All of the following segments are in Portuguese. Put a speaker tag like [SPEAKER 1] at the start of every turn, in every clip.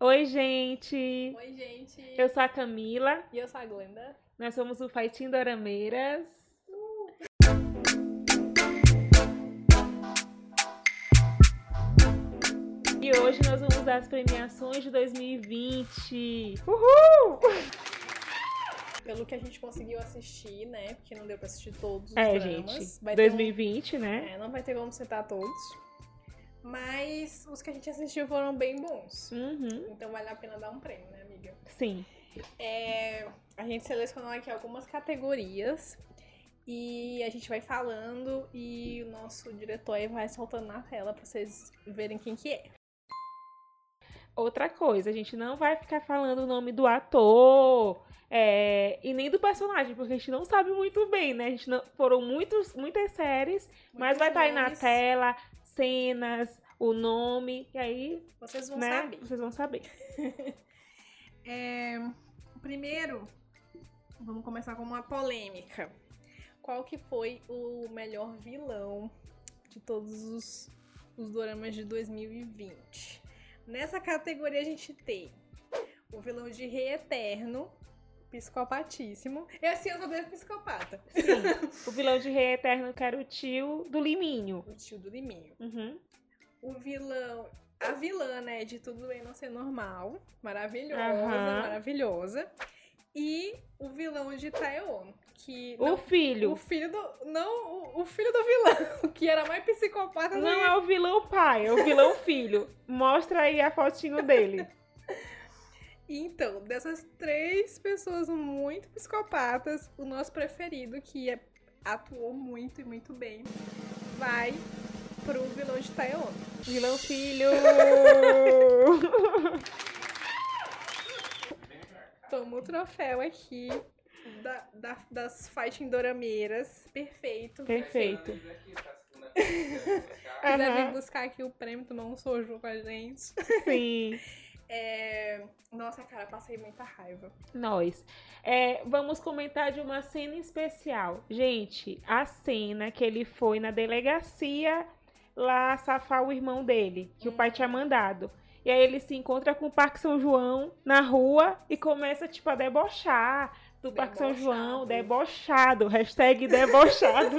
[SPEAKER 1] Oi, gente!
[SPEAKER 2] Oi, gente!
[SPEAKER 1] Eu sou a Camila.
[SPEAKER 2] E eu sou a Glenda.
[SPEAKER 1] Nós somos o Faitim Dorameiras. E hoje nós vamos dar as premiações de 2020. Uhul!
[SPEAKER 2] Pelo que a gente conseguiu assistir, né? Porque não deu pra assistir todos os
[SPEAKER 1] É,
[SPEAKER 2] dramas.
[SPEAKER 1] gente.
[SPEAKER 2] Vai ter
[SPEAKER 1] 2020,
[SPEAKER 2] um-
[SPEAKER 1] né?
[SPEAKER 2] é, não vai ter como citar todos. Mas os que a gente assistiu foram bem bons.
[SPEAKER 1] Uhum.
[SPEAKER 2] Então vale a pena dar um prêmio, né, amiga?
[SPEAKER 1] Sim.
[SPEAKER 2] É, a gente selecionou aqui algumas categorias. E a gente vai falando e o nosso diretor aí vai soltando na tela pra vocês verem quem que é.
[SPEAKER 1] Outra coisa, a gente não vai ficar falando o nome do ator é, e nem do personagem, porque a gente não sabe muito bem, né? A gente não, foram muitos, muitas séries, mas vai estar aí na
[SPEAKER 2] Muitos nomes,
[SPEAKER 1] tela cenas, o nome, e aí
[SPEAKER 2] Vocês vão
[SPEAKER 1] né,
[SPEAKER 2] saber.
[SPEAKER 1] vocês vão saber.
[SPEAKER 2] É, primeiro, vamos começar com uma polêmica. Qual que foi o melhor vilão de todos os, os doramas de 2020? Nessa categoria a gente tem o vilão de Rei Eterno, psicopatíssimo. Eu assim, eu sou bem psicopata.
[SPEAKER 1] Sim, o vilão de Rei Eterno que era o tio do Liminho.
[SPEAKER 2] O tio do Liminho.
[SPEAKER 1] Uhum.
[SPEAKER 2] O vilão... A vilã, né, de Tudo Bem Não Ser Normal. Maravilhosa,
[SPEAKER 1] Aham.
[SPEAKER 2] maravilhosa. E o vilão de Taeon, que...
[SPEAKER 1] O filho
[SPEAKER 2] Então, O filho do. Não, o, o filho do vilão, que era mais psicopata do
[SPEAKER 1] não
[SPEAKER 2] que-
[SPEAKER 1] é o vilão pai, é o vilão filho. Mostra aí a fotinho dele.
[SPEAKER 2] Então, dessas três pessoas muito psicopatas, o nosso preferido, que é- atuou muito e muito bem, vai pro vilão de Taeon.
[SPEAKER 1] Vilão filho!
[SPEAKER 2] Toma o troféu aqui da- da- das fighting dorameiras. Perfeito.
[SPEAKER 1] Perfeito.
[SPEAKER 2] Se quiser vir
[SPEAKER 1] Aham.
[SPEAKER 2] buscar aqui o prêmio, tomar um soju com a gente.
[SPEAKER 1] Sim.
[SPEAKER 2] É, Nossa, cara, passei muita raiva.
[SPEAKER 1] Nós. É, vamos comentar de uma cena especial. Gente, a cena que ele foi na delegacia lá safar o irmão dele, que o pai tinha mandado. E aí ele se encontra com o Parque São João na rua e começa, tipo, a debochar do Parque São João, debochado, hashtag debochado.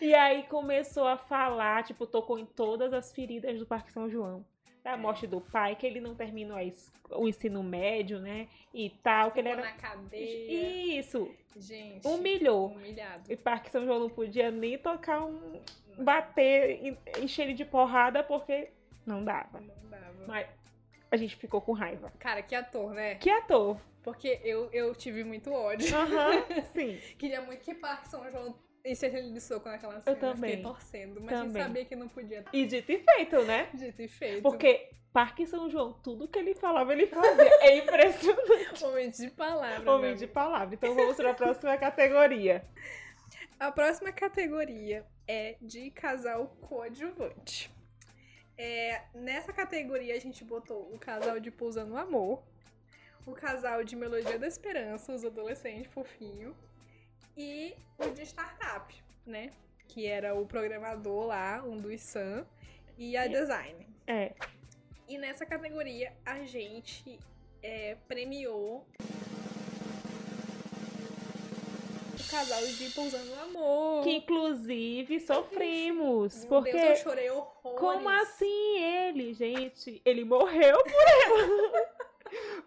[SPEAKER 1] e aí começou a falar, tipo, tocou em todas as feridas do Parque São João. Da morte do pai, que ele não terminou a es- o ensino médio, né? E tal, que ele
[SPEAKER 2] Ficou
[SPEAKER 1] era.
[SPEAKER 2] na cadeia.
[SPEAKER 1] Isso,
[SPEAKER 2] Gente.
[SPEAKER 1] humilhou.
[SPEAKER 2] Humilhado.
[SPEAKER 1] E Parque São João não podia nem tocar um. bater, en- encher ele de porrada, porque não dava.
[SPEAKER 2] Não dava.
[SPEAKER 1] Mas a gente ficou com raiva.
[SPEAKER 2] Cara, que ator, né?
[SPEAKER 1] Que ator!
[SPEAKER 2] Porque eu, eu tive muito ódio.
[SPEAKER 1] Aham, sim.
[SPEAKER 2] Queria muito que Park São João enchesse ele de soco naquela cena.
[SPEAKER 1] também.
[SPEAKER 2] Fiquei torcendo, mas a gente
[SPEAKER 1] Também.
[SPEAKER 2] sabia que não podia
[SPEAKER 1] E dito e feito, né?
[SPEAKER 2] ter dito e feito.
[SPEAKER 1] Porque Parque São João, tudo que ele falava, ele fazia. É impressionante.
[SPEAKER 2] Homem de palavra.
[SPEAKER 1] Homem de
[SPEAKER 2] velho.
[SPEAKER 1] palavra. Então vamos para a próxima categoria.
[SPEAKER 2] A próxima categoria é de casal coadjuvante. É, nessa categoria a gente botou o casal de Pousando o Amor, o casal de Melodia da Esperança, os adolescentes fofinho, e o de Startup, né? Que era o programador lá, um do Sam, e a design.
[SPEAKER 1] É.
[SPEAKER 2] E nessa categoria a gente é, premiou o casal de Pousando o Amor.
[SPEAKER 1] Que inclusive sofremos.
[SPEAKER 2] Meu
[SPEAKER 1] Porque.
[SPEAKER 2] Deus, eu chorei horrores.
[SPEAKER 1] Como assim ele, gente? Ele morreu por ela.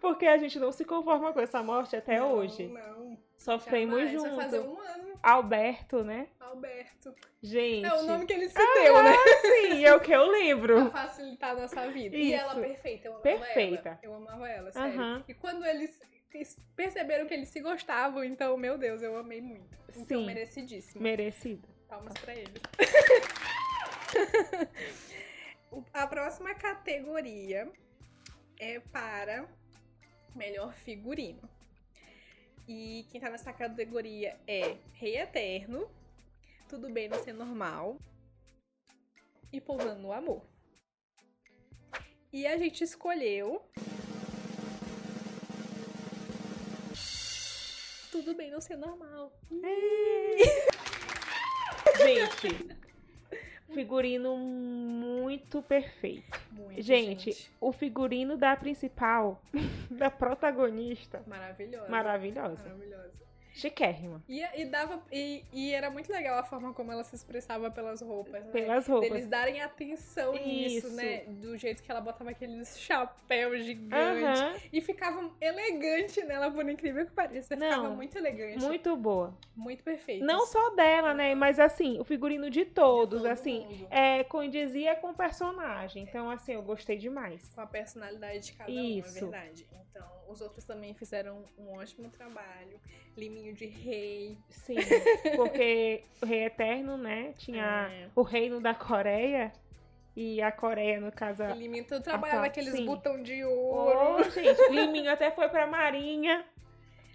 [SPEAKER 1] Porque a gente não se conforma com essa morte até
[SPEAKER 2] Não,
[SPEAKER 1] É hoje.
[SPEAKER 2] Não,
[SPEAKER 1] Sofremos
[SPEAKER 2] Jamais. Vai fazer
[SPEAKER 1] junto.
[SPEAKER 2] um ano,
[SPEAKER 1] Alberto, né?
[SPEAKER 2] Alberto.
[SPEAKER 1] Gente.
[SPEAKER 2] É o nome que ele se deu, né?
[SPEAKER 1] Sim, é o que eu lembro.
[SPEAKER 2] Pra facilitar a nossa vida. E
[SPEAKER 1] Isso.
[SPEAKER 2] ela perfeita, eu amava
[SPEAKER 1] Perfeita.
[SPEAKER 2] ela. Eu amava ela, sério.
[SPEAKER 1] Aham.
[SPEAKER 2] E quando eles eles perceberam que eles se gostavam, então, meu Deus, eu amei muito. Então,
[SPEAKER 1] Sim.
[SPEAKER 2] merecidíssimo.
[SPEAKER 1] Merecido.
[SPEAKER 2] Palmas pra ele. O- a próxima categoria é para melhor figurino. E quem tá nessa categoria é Rei Eterno, Tudo Bem Não Ser Normal e Pousando no Amor. E a gente escolheu. Tudo bem não ser normal.
[SPEAKER 1] Gente, Figurino muito perfeito.
[SPEAKER 2] Muito,
[SPEAKER 1] Gente, o figurino da principal, da protagonista,
[SPEAKER 2] Maravilhosa.
[SPEAKER 1] maravilhosa.
[SPEAKER 2] Maravilhosa.
[SPEAKER 1] Chiquérrima.
[SPEAKER 2] E, e dava, e, e era muito legal a forma como ela se expressava pelas roupas, né?
[SPEAKER 1] Pelas roupas.
[SPEAKER 2] Deles darem atenção nisso,
[SPEAKER 1] Isso.
[SPEAKER 2] né? Do jeito que ela botava aqueles chapéu gigante.
[SPEAKER 1] Aham,
[SPEAKER 2] E ficava elegante nela, por incrível que pareça.
[SPEAKER 1] Não.
[SPEAKER 2] Ficava muito elegante. Muito,
[SPEAKER 1] muito boa.
[SPEAKER 2] perfeito.
[SPEAKER 1] Não só dela, né? Mas assim, o figurino de todos, assim,
[SPEAKER 2] mundo.
[SPEAKER 1] é, condizia com o personagem. Então, assim, eu gostei demais.
[SPEAKER 2] Com a personalidade de cada
[SPEAKER 1] Isso.
[SPEAKER 2] um, é verdade. Então, os outros também fizeram um ótimo trabalho. Liminho de rei.
[SPEAKER 1] Sim, porque o Rei Eterno, né? Tinha
[SPEAKER 2] É.
[SPEAKER 1] o reino da Coreia. E a Coreia, no caso, a-
[SPEAKER 2] é. Liminho todo trabalhava
[SPEAKER 1] tá,
[SPEAKER 2] aqueles
[SPEAKER 1] sim.
[SPEAKER 2] botão de
[SPEAKER 1] Ô,
[SPEAKER 2] ouro.
[SPEAKER 1] gente, Liminho até foi pra Marinha.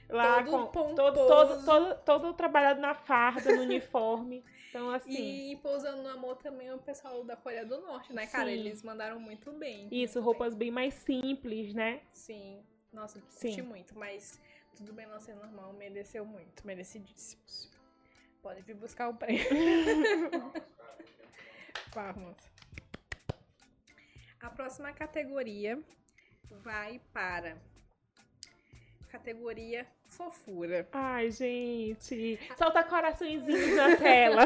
[SPEAKER 1] Lá
[SPEAKER 2] Todo
[SPEAKER 1] com,
[SPEAKER 2] pomposo.
[SPEAKER 1] todo, todo, todo, todo trabalhado na farda, no uniforme. Então, assim,
[SPEAKER 2] E pousando no amor também o pessoal da Coreia do Norte, né, cara?
[SPEAKER 1] Sim.
[SPEAKER 2] Eles mandaram muito bem.
[SPEAKER 1] isso,
[SPEAKER 2] muito
[SPEAKER 1] roupas bem mais simples, né?
[SPEAKER 2] bem. Sim. Nossa,
[SPEAKER 1] Sim.
[SPEAKER 2] curti muito, mas tudo bem não ser normal, mereceu muito, merecidíssimos. Pode vir buscar o prêmio. Vamos. A próxima categoria vai para categoria fofura.
[SPEAKER 1] Ai, gente, solta coraçõezinhos na tela.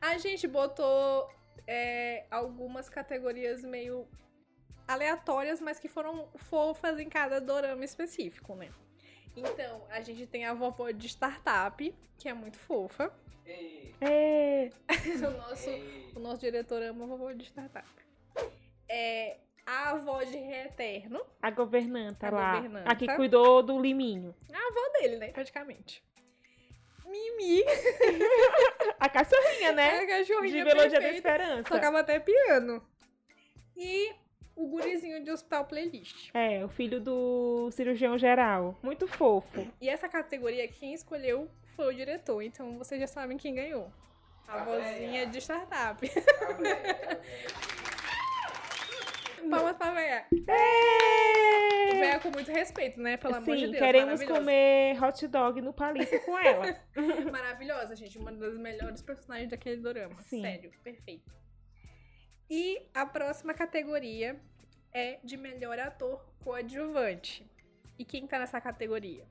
[SPEAKER 2] A gente botou é, algumas categorias meio aleatórias, mas que foram fofas em cada dorama específico, né? Então, a gente tem a vovó de startup, que é muito fofa.
[SPEAKER 1] É,
[SPEAKER 2] O nosso, o nosso diretor ama a vovó de startup. É, a avó de Reeterno,
[SPEAKER 1] a governanta
[SPEAKER 2] A
[SPEAKER 1] lá,
[SPEAKER 2] governanta.
[SPEAKER 1] a que cuidou do Liminho.
[SPEAKER 2] a avó dele, né? Praticamente. Mimi,
[SPEAKER 1] A cachorrinha, né?
[SPEAKER 2] É, a
[SPEAKER 1] De
[SPEAKER 2] cachorrinha
[SPEAKER 1] Melodia da
[SPEAKER 2] perfeita.
[SPEAKER 1] Esperança.
[SPEAKER 2] Tocava até piano. E o gurizinho de hospital playlist.
[SPEAKER 1] É, o filho do cirurgião geral. Muito fofo.
[SPEAKER 2] E essa categoria, quem escolheu foi o diretor, então vocês já sabem quem ganhou. A
[SPEAKER 3] A
[SPEAKER 2] vozinha
[SPEAKER 3] véia.
[SPEAKER 2] de startup.
[SPEAKER 3] Tá bem.
[SPEAKER 2] Palmas pra véia.
[SPEAKER 1] É!
[SPEAKER 2] Véia com muito respeito, né? Pelo amor de
[SPEAKER 1] Sim,
[SPEAKER 2] Deus.
[SPEAKER 1] queremos
[SPEAKER 2] maravilhosa.
[SPEAKER 1] comer hot dog no palito com ela.
[SPEAKER 2] Maravilhosa, gente. Uma das melhores personagens daquele dorama.
[SPEAKER 1] Sim.
[SPEAKER 2] Sério, perfeito. E a próxima categoria é de melhor ator coadjuvante. E quem tá nessa categoria?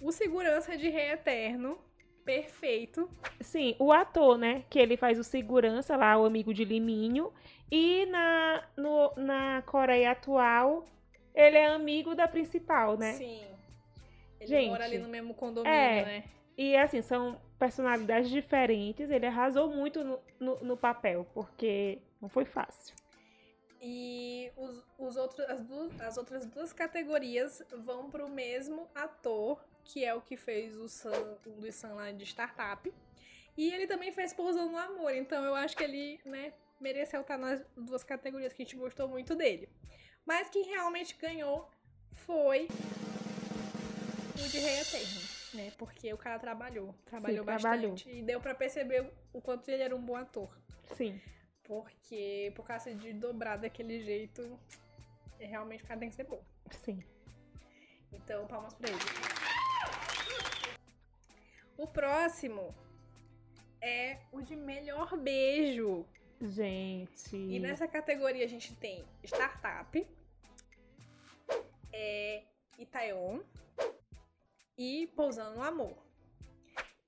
[SPEAKER 2] O segurança de Rei Eterno, perfeito.
[SPEAKER 1] Sim, o ator, né? Que ele faz o segurança lá, o amigo de Liminho. E na, no- na Coreia atual, ele é amigo da principal, né?
[SPEAKER 2] Sim. Ele
[SPEAKER 1] Gente,
[SPEAKER 2] mora ali no mesmo condomínio,
[SPEAKER 1] é.
[SPEAKER 2] né?
[SPEAKER 1] E assim, são personalidades diferentes. Ele arrasou muito no, no, no papel, porque não foi fácil.
[SPEAKER 2] E os, os outros, as, duas, as outras duas categorias vão pro mesmo ator, que é o que fez o Sam, o Luiz Sam lá de Startup. E ele também fez Pousando no Amor, então eu acho que ele, né, mereceu estar nas duas categorias que a gente gostou muito dele. Mas quem realmente ganhou foi o de Rei Eterno, né? Porque o cara trabalhou, trabalhou
[SPEAKER 1] trabalhou.
[SPEAKER 2] bastante e deu pra perceber o quanto ele era um bom ator.
[SPEAKER 1] Sim.
[SPEAKER 2] Porque por causa de dobrar daquele jeito, é, realmente o cara tem que ser bom.
[SPEAKER 1] Sim.
[SPEAKER 2] Então, palmas pra ele. O próximo é o de melhor beijo.
[SPEAKER 1] Gente.
[SPEAKER 2] E é nessa categoria a gente tem Startup, é, Itaeon e Pousando no Amor.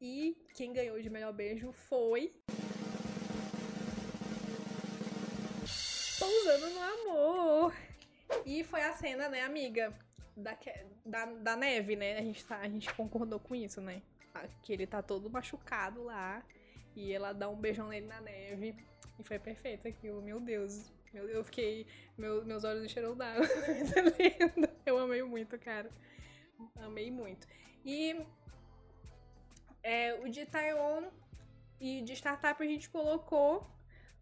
[SPEAKER 2] E quem ganhou de melhor beijo foi. Pousando no Amor! E foi a cena, né, amiga? Da, que- da, da neve, né? A gente, tá, a gente concordou com isso, né? Ah, Que ele tá todo machucado lá. E ela dá um beijão nele na neve. E foi perfeito aquilo, meu Deus. Meu, eu fiquei. meu- meus olhos encheram d'água. tá lindo. eu amei muito, cara. Amei muito. E é, o de Taiwan e de startup a gente colocou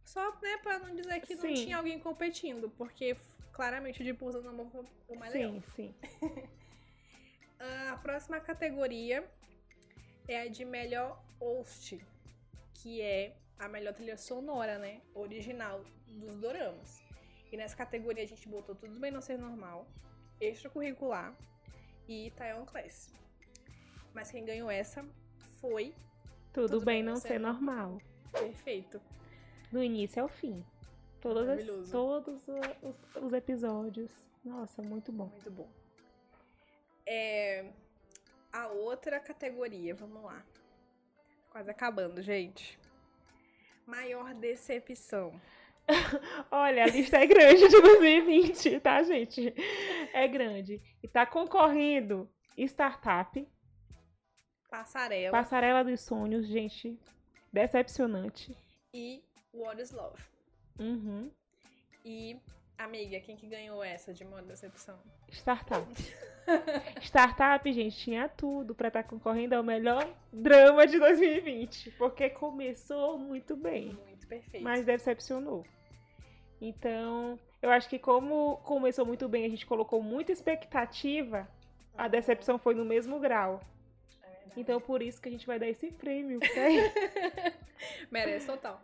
[SPEAKER 2] só né, pra não dizer que
[SPEAKER 1] Sim.
[SPEAKER 2] não tinha alguém competindo, porque claramente o de Pulsando Amor foi o mais legal.
[SPEAKER 1] Sim, sim.
[SPEAKER 2] A próxima categoria é a de melhor host, que é a melhor trilha sonora, né? Original dos doramas. E nessa categoria a gente botou Tudo Bem Não Ser Normal, Extracurricular e Taeyeon Class. Mas quem ganhou essa foi né,
[SPEAKER 1] Tudo, bem não ser normal.
[SPEAKER 2] Perfeito.
[SPEAKER 1] Do início ao fim. Todas as-
[SPEAKER 2] Maravilhoso.
[SPEAKER 1] todos a- os, os episódios. Nossa, muito bom.
[SPEAKER 2] Muito bom. É, a outra categoria, vamos lá. Quase acabando, gente. Maior decepção.
[SPEAKER 1] Olha, a lista é grande de 2020, tá, gente? É grande. E tá concorrendo startup,
[SPEAKER 2] É Passarela
[SPEAKER 1] Passarela dos Sonhos, gente. Decepcionante.
[SPEAKER 2] e What is Love.
[SPEAKER 1] Uhum.
[SPEAKER 2] E, amiga, quem que ganhou essa de maior decepção?
[SPEAKER 1] Startup. Startup, gente, tinha tudo pra estar concorrendo ao melhor drama de 2020. Porque começou muito bem,
[SPEAKER 2] Muito perfeito.
[SPEAKER 1] mas decepcionou. Então, eu acho que como começou muito bem, a gente colocou muita expectativa, a decepção foi no mesmo grau.
[SPEAKER 2] É verdade.
[SPEAKER 1] Então, por isso que a gente vai dar esse prêmio. né?
[SPEAKER 2] Merece total.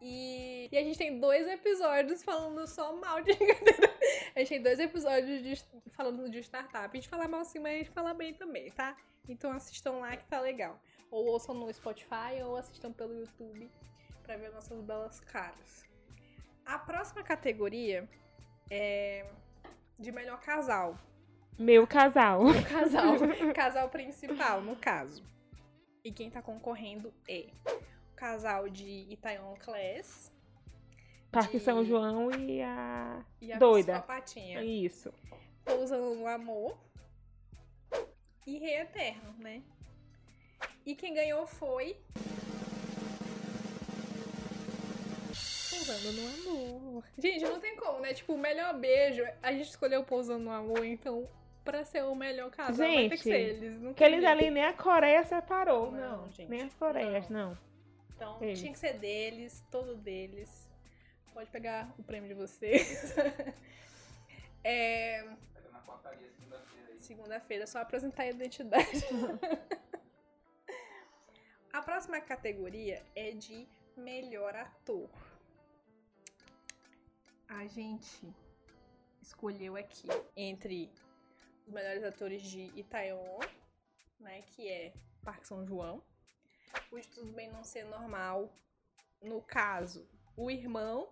[SPEAKER 2] E, e a gente tem dois episódios falando só mal de. a gente tem dois episódios de- falando de startup. A gente fala mal sim, mas a gente fala bem também, tá? Então assistam lá que tá legal. Ou ouçam no Spotify ou assistam pelo YouTube pra ver nossas belas caras. A próxima categoria é de melhor casal.
[SPEAKER 1] Meu casal.
[SPEAKER 2] O casal, casal principal, no caso. E quem tá concorrendo é o casal de Itaion Class
[SPEAKER 1] Parque
[SPEAKER 2] De-
[SPEAKER 1] São João e a.
[SPEAKER 2] e a
[SPEAKER 1] Doida.
[SPEAKER 2] psicopatinha.
[SPEAKER 1] Isso.
[SPEAKER 2] Pousando no amor e rei eterno, né? E quem ganhou foi... Pousando no amor. Gente, não tem como, né? Tipo, o melhor beijo, a gente escolheu Pousando no Amor, então pra ser o melhor casal vai ter que
[SPEAKER 1] Gente,
[SPEAKER 2] ser eles. Não
[SPEAKER 1] Porque
[SPEAKER 2] tem
[SPEAKER 1] eles
[SPEAKER 2] jeito.
[SPEAKER 1] ali nem a Coreia separou.
[SPEAKER 2] Não,
[SPEAKER 1] Não,
[SPEAKER 2] gente,
[SPEAKER 1] Nem as Coreias, não.
[SPEAKER 2] Então
[SPEAKER 1] É
[SPEAKER 2] tinha
[SPEAKER 1] isso.
[SPEAKER 2] que ser deles, todo deles. Pode pegar o prêmio de vocês. é,
[SPEAKER 3] Pega na portaria segunda-feira aí.
[SPEAKER 2] segunda-feira, é só apresentar a identidade. a próxima categoria é de melhor ator. A gente escolheu aqui entre os melhores atores de Itaewon, né, que é Park São João, o de Tudo Bem Não Ser Normal, no caso, o irmão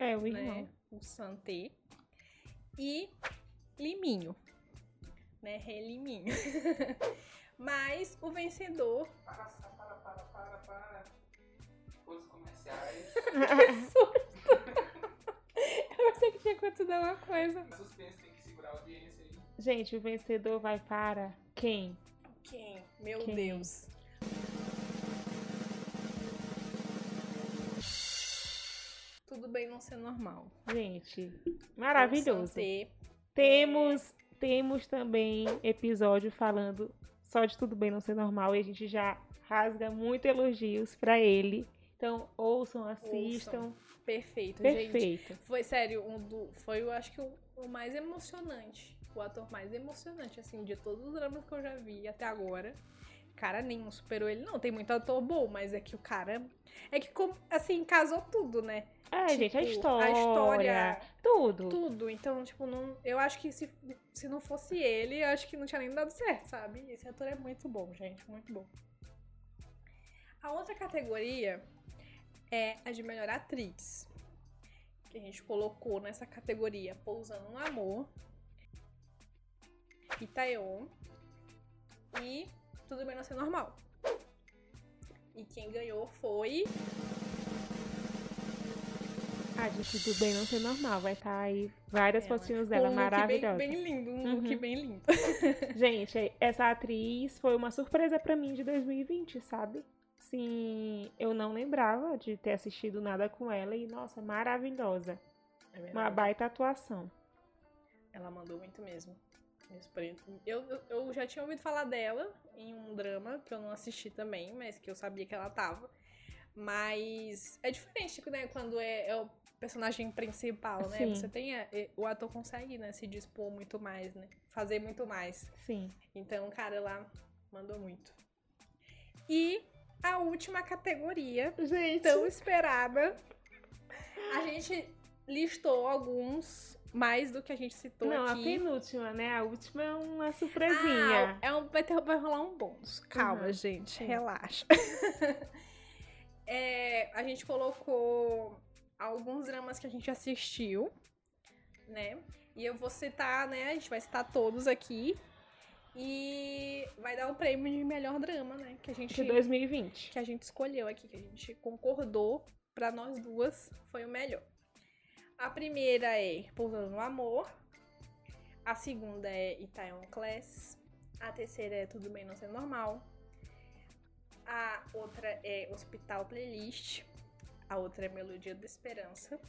[SPEAKER 1] É, o irmão.
[SPEAKER 2] né? O Santé. E Liminho. Né? Rei Liminho. Mas o vencedor.
[SPEAKER 3] Para, para, para, para, para. Coisas comerciais.
[SPEAKER 2] Eu pensei que tinha acontecido alguma coisa.
[SPEAKER 3] Na suspense tem que segurar a audiência aí.
[SPEAKER 1] Gente, o vencedor vai para quem?
[SPEAKER 2] Quem? Meu
[SPEAKER 1] Quem?
[SPEAKER 2] Deus. Tudo bem não ser normal.
[SPEAKER 1] Gente, maravilhoso.
[SPEAKER 2] Santé.
[SPEAKER 1] Temos, temos também episódio falando só de tudo bem não ser normal e a gente já rasga muito elogios pra ele. Então, ouçam, assistam.
[SPEAKER 2] Perfeito, gente.
[SPEAKER 1] Perfeito.
[SPEAKER 2] Foi sério, um do, foi eu acho que o, o mais emocionante. O ator mais emocionante, assim, de todos os dramas que eu já vi até agora. Cara, nenhum superou ele, não. Tem muito ator bom, mas é que o cara. É que, com- assim, casou tudo, né?
[SPEAKER 1] É,
[SPEAKER 2] Tipo,
[SPEAKER 1] gente, a história.
[SPEAKER 2] A história,
[SPEAKER 1] Tudo.
[SPEAKER 2] tudo. Então, tipo, não, eu acho que se, se não fosse ele, eu acho que não tinha nem dado certo, sabe? Esse ator é muito bom, gente, muito bom. A outra categoria é a de melhor atriz. Que a gente colocou nessa categoria Pousando no Amor, Itaeon e Tudo Bem Não Ser Normal. E quem ganhou foi
[SPEAKER 1] Ah, gente, tudo bem não ser normal. Vai estar aí várias
[SPEAKER 2] ela,
[SPEAKER 1] fotinhos
[SPEAKER 2] com
[SPEAKER 1] dela,
[SPEAKER 2] um look bem,
[SPEAKER 1] maravilhosa.
[SPEAKER 2] bem lindo, um look
[SPEAKER 1] Uhum.
[SPEAKER 2] bem lindo.
[SPEAKER 1] Gente, é, essa atriz foi uma surpresa pra mim de 2020, sabe? Sim, eu não lembrava de ter assistido nada com ela e, nossa, é maravilhosa. Uma baita atuação.
[SPEAKER 2] Ela mandou muito mesmo. Miss Preto. Eu, eu, eu já tinha ouvido falar dela em um drama que eu não assisti também, mas que eu sabia que ela tava. Mas é diferente, né? Quando é, é o personagem principal, né?
[SPEAKER 1] Sim.
[SPEAKER 2] Você tem. a- e- o ator consegue, né? Se dispor muito mais, né? Fazer muito mais.
[SPEAKER 1] Sim.
[SPEAKER 2] Então, cara, ela mandou muito. E a última categoria
[SPEAKER 1] Gente,
[SPEAKER 2] tão esperada. A gente listou alguns mais do que a gente citou
[SPEAKER 1] não,
[SPEAKER 2] aqui.
[SPEAKER 1] a penúltima, né? A última é uma
[SPEAKER 2] Ah,
[SPEAKER 1] surpresinha.
[SPEAKER 2] é um, vai, ter, vai rolar um bônus. Calma,
[SPEAKER 1] Uhum.
[SPEAKER 2] gente.
[SPEAKER 1] Sim.
[SPEAKER 2] Relaxa. É, a gente colocou alguns dramas que a gente assistiu, né? E eu vou citar, né? A gente vai citar todos aqui. E vai dar o prêmio de melhor drama, né? Que a gente
[SPEAKER 1] de 2020.
[SPEAKER 2] que a gente escolheu aqui, que a gente concordou pra nós duas, foi o melhor. A primeira é Pousando no Amor. A segunda é Itaewon Class. A terceira é Tudo Bem Não Ser Normal. A outra é Hospital Playlist. A outra é Melodia da Esperança.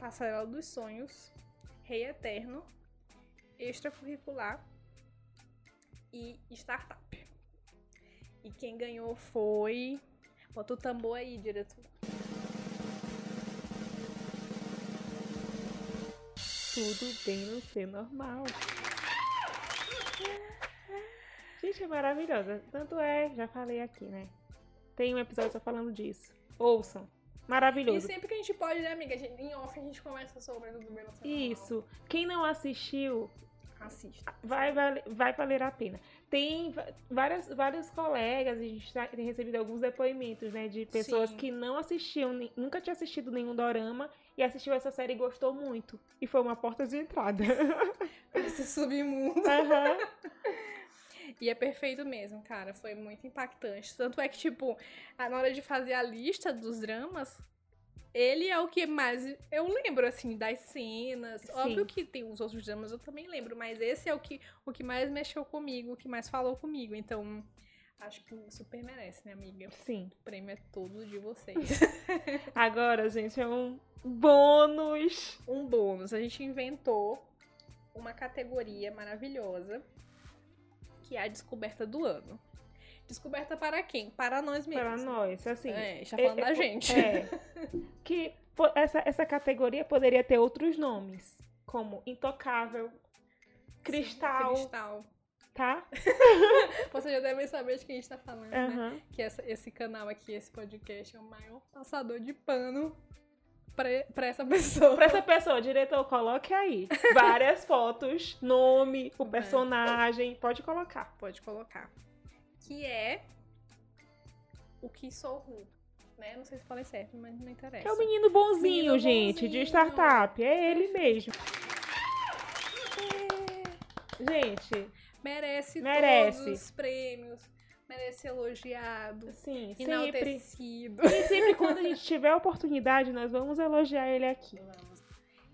[SPEAKER 2] Passarela dos Sonhos. Rei Eterno. Extracurricular. E Startup. E quem ganhou foi. Bota o tambor aí, diretor.
[SPEAKER 1] Tudo bem não ser normal. Gente, é maravilhosa. Tanto é, já falei aqui, né? Tem um episódio só falando disso. Ouçam.
[SPEAKER 2] E
[SPEAKER 1] Maravilhoso.
[SPEAKER 2] sempre que a gente pode, né, amiga? A gente- em off a gente conversa sobre do Belo Nacional.
[SPEAKER 1] Isso. Quem não assistiu,
[SPEAKER 2] Assista.
[SPEAKER 1] vai, vale- vai valer a pena. Tem va- várias, vários colegas, a gente tá- tem recebido alguns depoimentos, né? De pessoas
[SPEAKER 2] Sim.
[SPEAKER 1] que não assistiam, nem- nunca tinha assistido nenhum dorama e assistiu essa série e gostou muito. E foi uma porta de entrada.
[SPEAKER 2] Esse submundo.
[SPEAKER 1] Aham.
[SPEAKER 2] E é perfeito mesmo, cara. Foi muito impactante. Tanto é que, tipo, a- na hora de fazer a lista dos dramas, ele é o que mais eu lembro, assim, das cenas.
[SPEAKER 1] Sim.
[SPEAKER 2] Óbvio que tem os outros dramas, eu também lembro, mas esse é o que, o que mais mexeu comigo, o que mais falou comigo. Então, acho que super merece, né, amiga?
[SPEAKER 1] Sim.
[SPEAKER 2] O prêmio é todo de vocês.
[SPEAKER 1] Agora, gente, é um bônus.
[SPEAKER 2] um bônus. A gente inventou uma categoria maravilhosa que é a descoberta do ano. Descoberta para quem? Para nós mesmos.
[SPEAKER 1] Pra nós, assim.
[SPEAKER 2] É, a gente tá falando
[SPEAKER 1] É,
[SPEAKER 2] da
[SPEAKER 1] é,
[SPEAKER 2] gente.
[SPEAKER 1] É. Que po- essa, essa categoria poderia ter outros nomes, como Intocável, Cristal,
[SPEAKER 2] Cristal.
[SPEAKER 1] tá?
[SPEAKER 2] Vocês já devem saber de quem a gente tá falando, né?
[SPEAKER 1] Aham.
[SPEAKER 2] Que essa- esse canal aqui, esse podcast, é o maior passador de pano pra, pra essa pessoa.
[SPEAKER 1] Pra essa pessoa, diretor, coloque aí várias fotos, nome,
[SPEAKER 2] É.
[SPEAKER 1] o personagem, pode colocar.
[SPEAKER 2] Pode colocar. Que é o que sou ruim. Né? Não sei se falei certo, mas não interessa.
[SPEAKER 1] É o menino bonzinho,
[SPEAKER 2] Menino
[SPEAKER 1] gente, de
[SPEAKER 2] bonzinho. Uhum.
[SPEAKER 1] startup. É ele mesmo. É. Gente,
[SPEAKER 2] merece,
[SPEAKER 1] Merece.
[SPEAKER 2] todos os prêmios, merece elogiado,
[SPEAKER 1] sim, sempre.
[SPEAKER 2] enaltecido.
[SPEAKER 1] E assim, sempre quando a gente tiver a oportunidade, nós vamos elogiar ele aqui.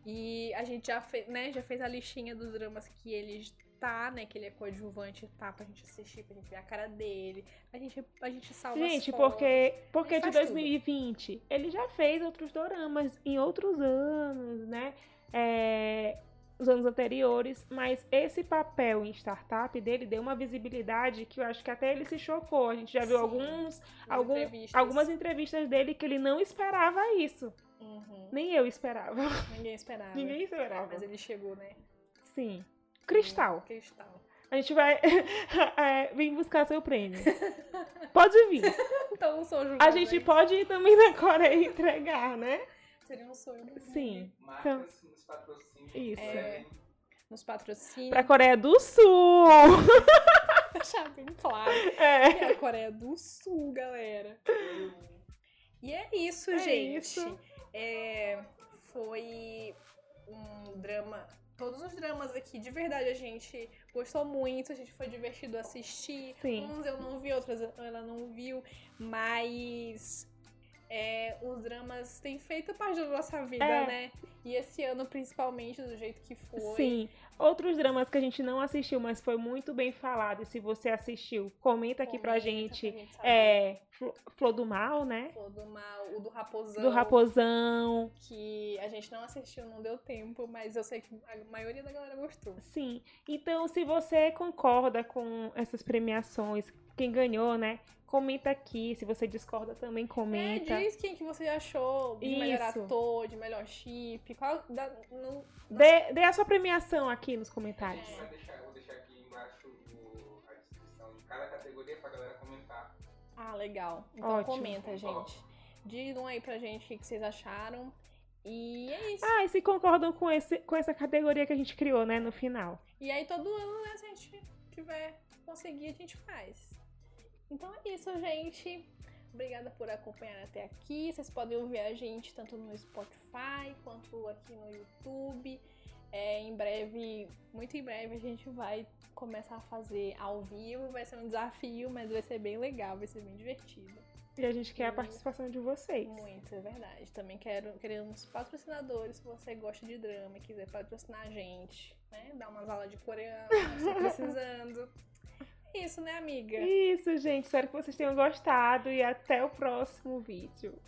[SPEAKER 2] E a gente já fez, né, já fez a listinha dos dramas que ele tá, né, que ele é coadjuvante, tá, pra gente assistir, pra gente ver a cara dele. A gente, a gente salva as
[SPEAKER 1] Gente,
[SPEAKER 2] fotos.
[SPEAKER 1] porque, porque
[SPEAKER 2] Ele
[SPEAKER 1] de
[SPEAKER 2] faz tudo.
[SPEAKER 1] 2020 ele já fez outros doramas em outros anos, né? É, os anos anteriores, mas esse papel em startup dele deu uma visibilidade que eu acho que até ele se chocou. A gente já viu
[SPEAKER 2] Sim,
[SPEAKER 1] alguns,
[SPEAKER 2] As
[SPEAKER 1] algum-
[SPEAKER 2] entrevistas.
[SPEAKER 1] algumas entrevistas dele que ele não esperava isso.
[SPEAKER 2] Uhum.
[SPEAKER 1] Nem eu esperava.
[SPEAKER 2] Ninguém esperava.
[SPEAKER 1] Ninguém esperava.
[SPEAKER 2] Mas ele chegou, né?
[SPEAKER 1] Sim. Cristal.
[SPEAKER 2] Cristal.
[SPEAKER 1] A gente vai é, vir buscar seu prêmio. Pode vir.
[SPEAKER 2] Então, não sou julgada.
[SPEAKER 1] A gente pode ir também na Coreia e entregar, né?
[SPEAKER 2] Seria um sonho. do mundo.
[SPEAKER 1] Sim.
[SPEAKER 3] Marcas nos patrocínios.
[SPEAKER 1] Isso.
[SPEAKER 2] É.
[SPEAKER 3] né?
[SPEAKER 2] Nos patrocínios.
[SPEAKER 1] Pra Coreia do Sul!
[SPEAKER 2] deixar bem claro.
[SPEAKER 1] É.
[SPEAKER 2] É a Coreia do Sul, galera. E é isso,
[SPEAKER 1] É
[SPEAKER 2] gente.
[SPEAKER 1] isso.
[SPEAKER 2] É, foi um drama. Todos os dramas aqui, de verdade, a gente gostou muito, a gente foi divertido assistir.
[SPEAKER 1] Sim.
[SPEAKER 2] Uns eu não vi, outras ela não viu, mas é, os dramas têm feito parte da nossa vida,
[SPEAKER 1] É.
[SPEAKER 2] né? E esse ano, principalmente, do jeito que foi.
[SPEAKER 1] Sim. Outros dramas que a gente não assistiu, mas foi muito bem falado. E se você assistiu, comenta tá aqui pra gente.
[SPEAKER 2] É.
[SPEAKER 1] É. Flo- Flor do Mal, né?
[SPEAKER 2] O do, mal, o do raposão.
[SPEAKER 1] Do Raposão.
[SPEAKER 2] que a gente não assistiu, não deu tempo, mas eu sei que a maioria da galera gostou.
[SPEAKER 1] Sim. Então, se você concorda com essas premiações, quem ganhou, né? Comenta aqui. Se você discorda, também
[SPEAKER 2] É,
[SPEAKER 1] comenta.
[SPEAKER 2] diz quem que você achou de melhor
[SPEAKER 1] Isso.
[SPEAKER 2] ator, de melhor chip, qual da, no-
[SPEAKER 1] Dê, dê a sua premiação aqui nos comentários.
[SPEAKER 2] É.
[SPEAKER 3] Vai deixar- Vou deixar aqui embaixo o- a descrição de cada categoria pra galera comentar.
[SPEAKER 2] Ah, legal. Então
[SPEAKER 1] Ótimo.
[SPEAKER 2] comenta, gente. Digam aí pra gente o que que vocês acharam. E é isso.
[SPEAKER 1] Ah, e se concordam com, esse, com essa categoria que a gente criou, né? No final.
[SPEAKER 2] E aí todo ano, né, se a gente tiver conseguir, a gente faz. Então é isso, gente. Obrigada por acompanhar até aqui. Vocês podem ouvir a gente tanto no Spotify quanto aqui no YouTube. É, em breve, muito em breve, a gente vai começar a fazer ao vivo. Vai ser um desafio, mas vai ser bem legal, vai ser bem divertido.
[SPEAKER 1] E a gente quer a participação de vocês.
[SPEAKER 2] Muito, é verdade. Também quero, queremos patrocinadores. Se você gosta de drama e quiser patrocinar a gente, né? Dar umas aulas de coreano, se tá precisando. É isso, né, amiga?
[SPEAKER 1] Isso, gente. Espero que vocês tenham gostado e até o próximo vídeo.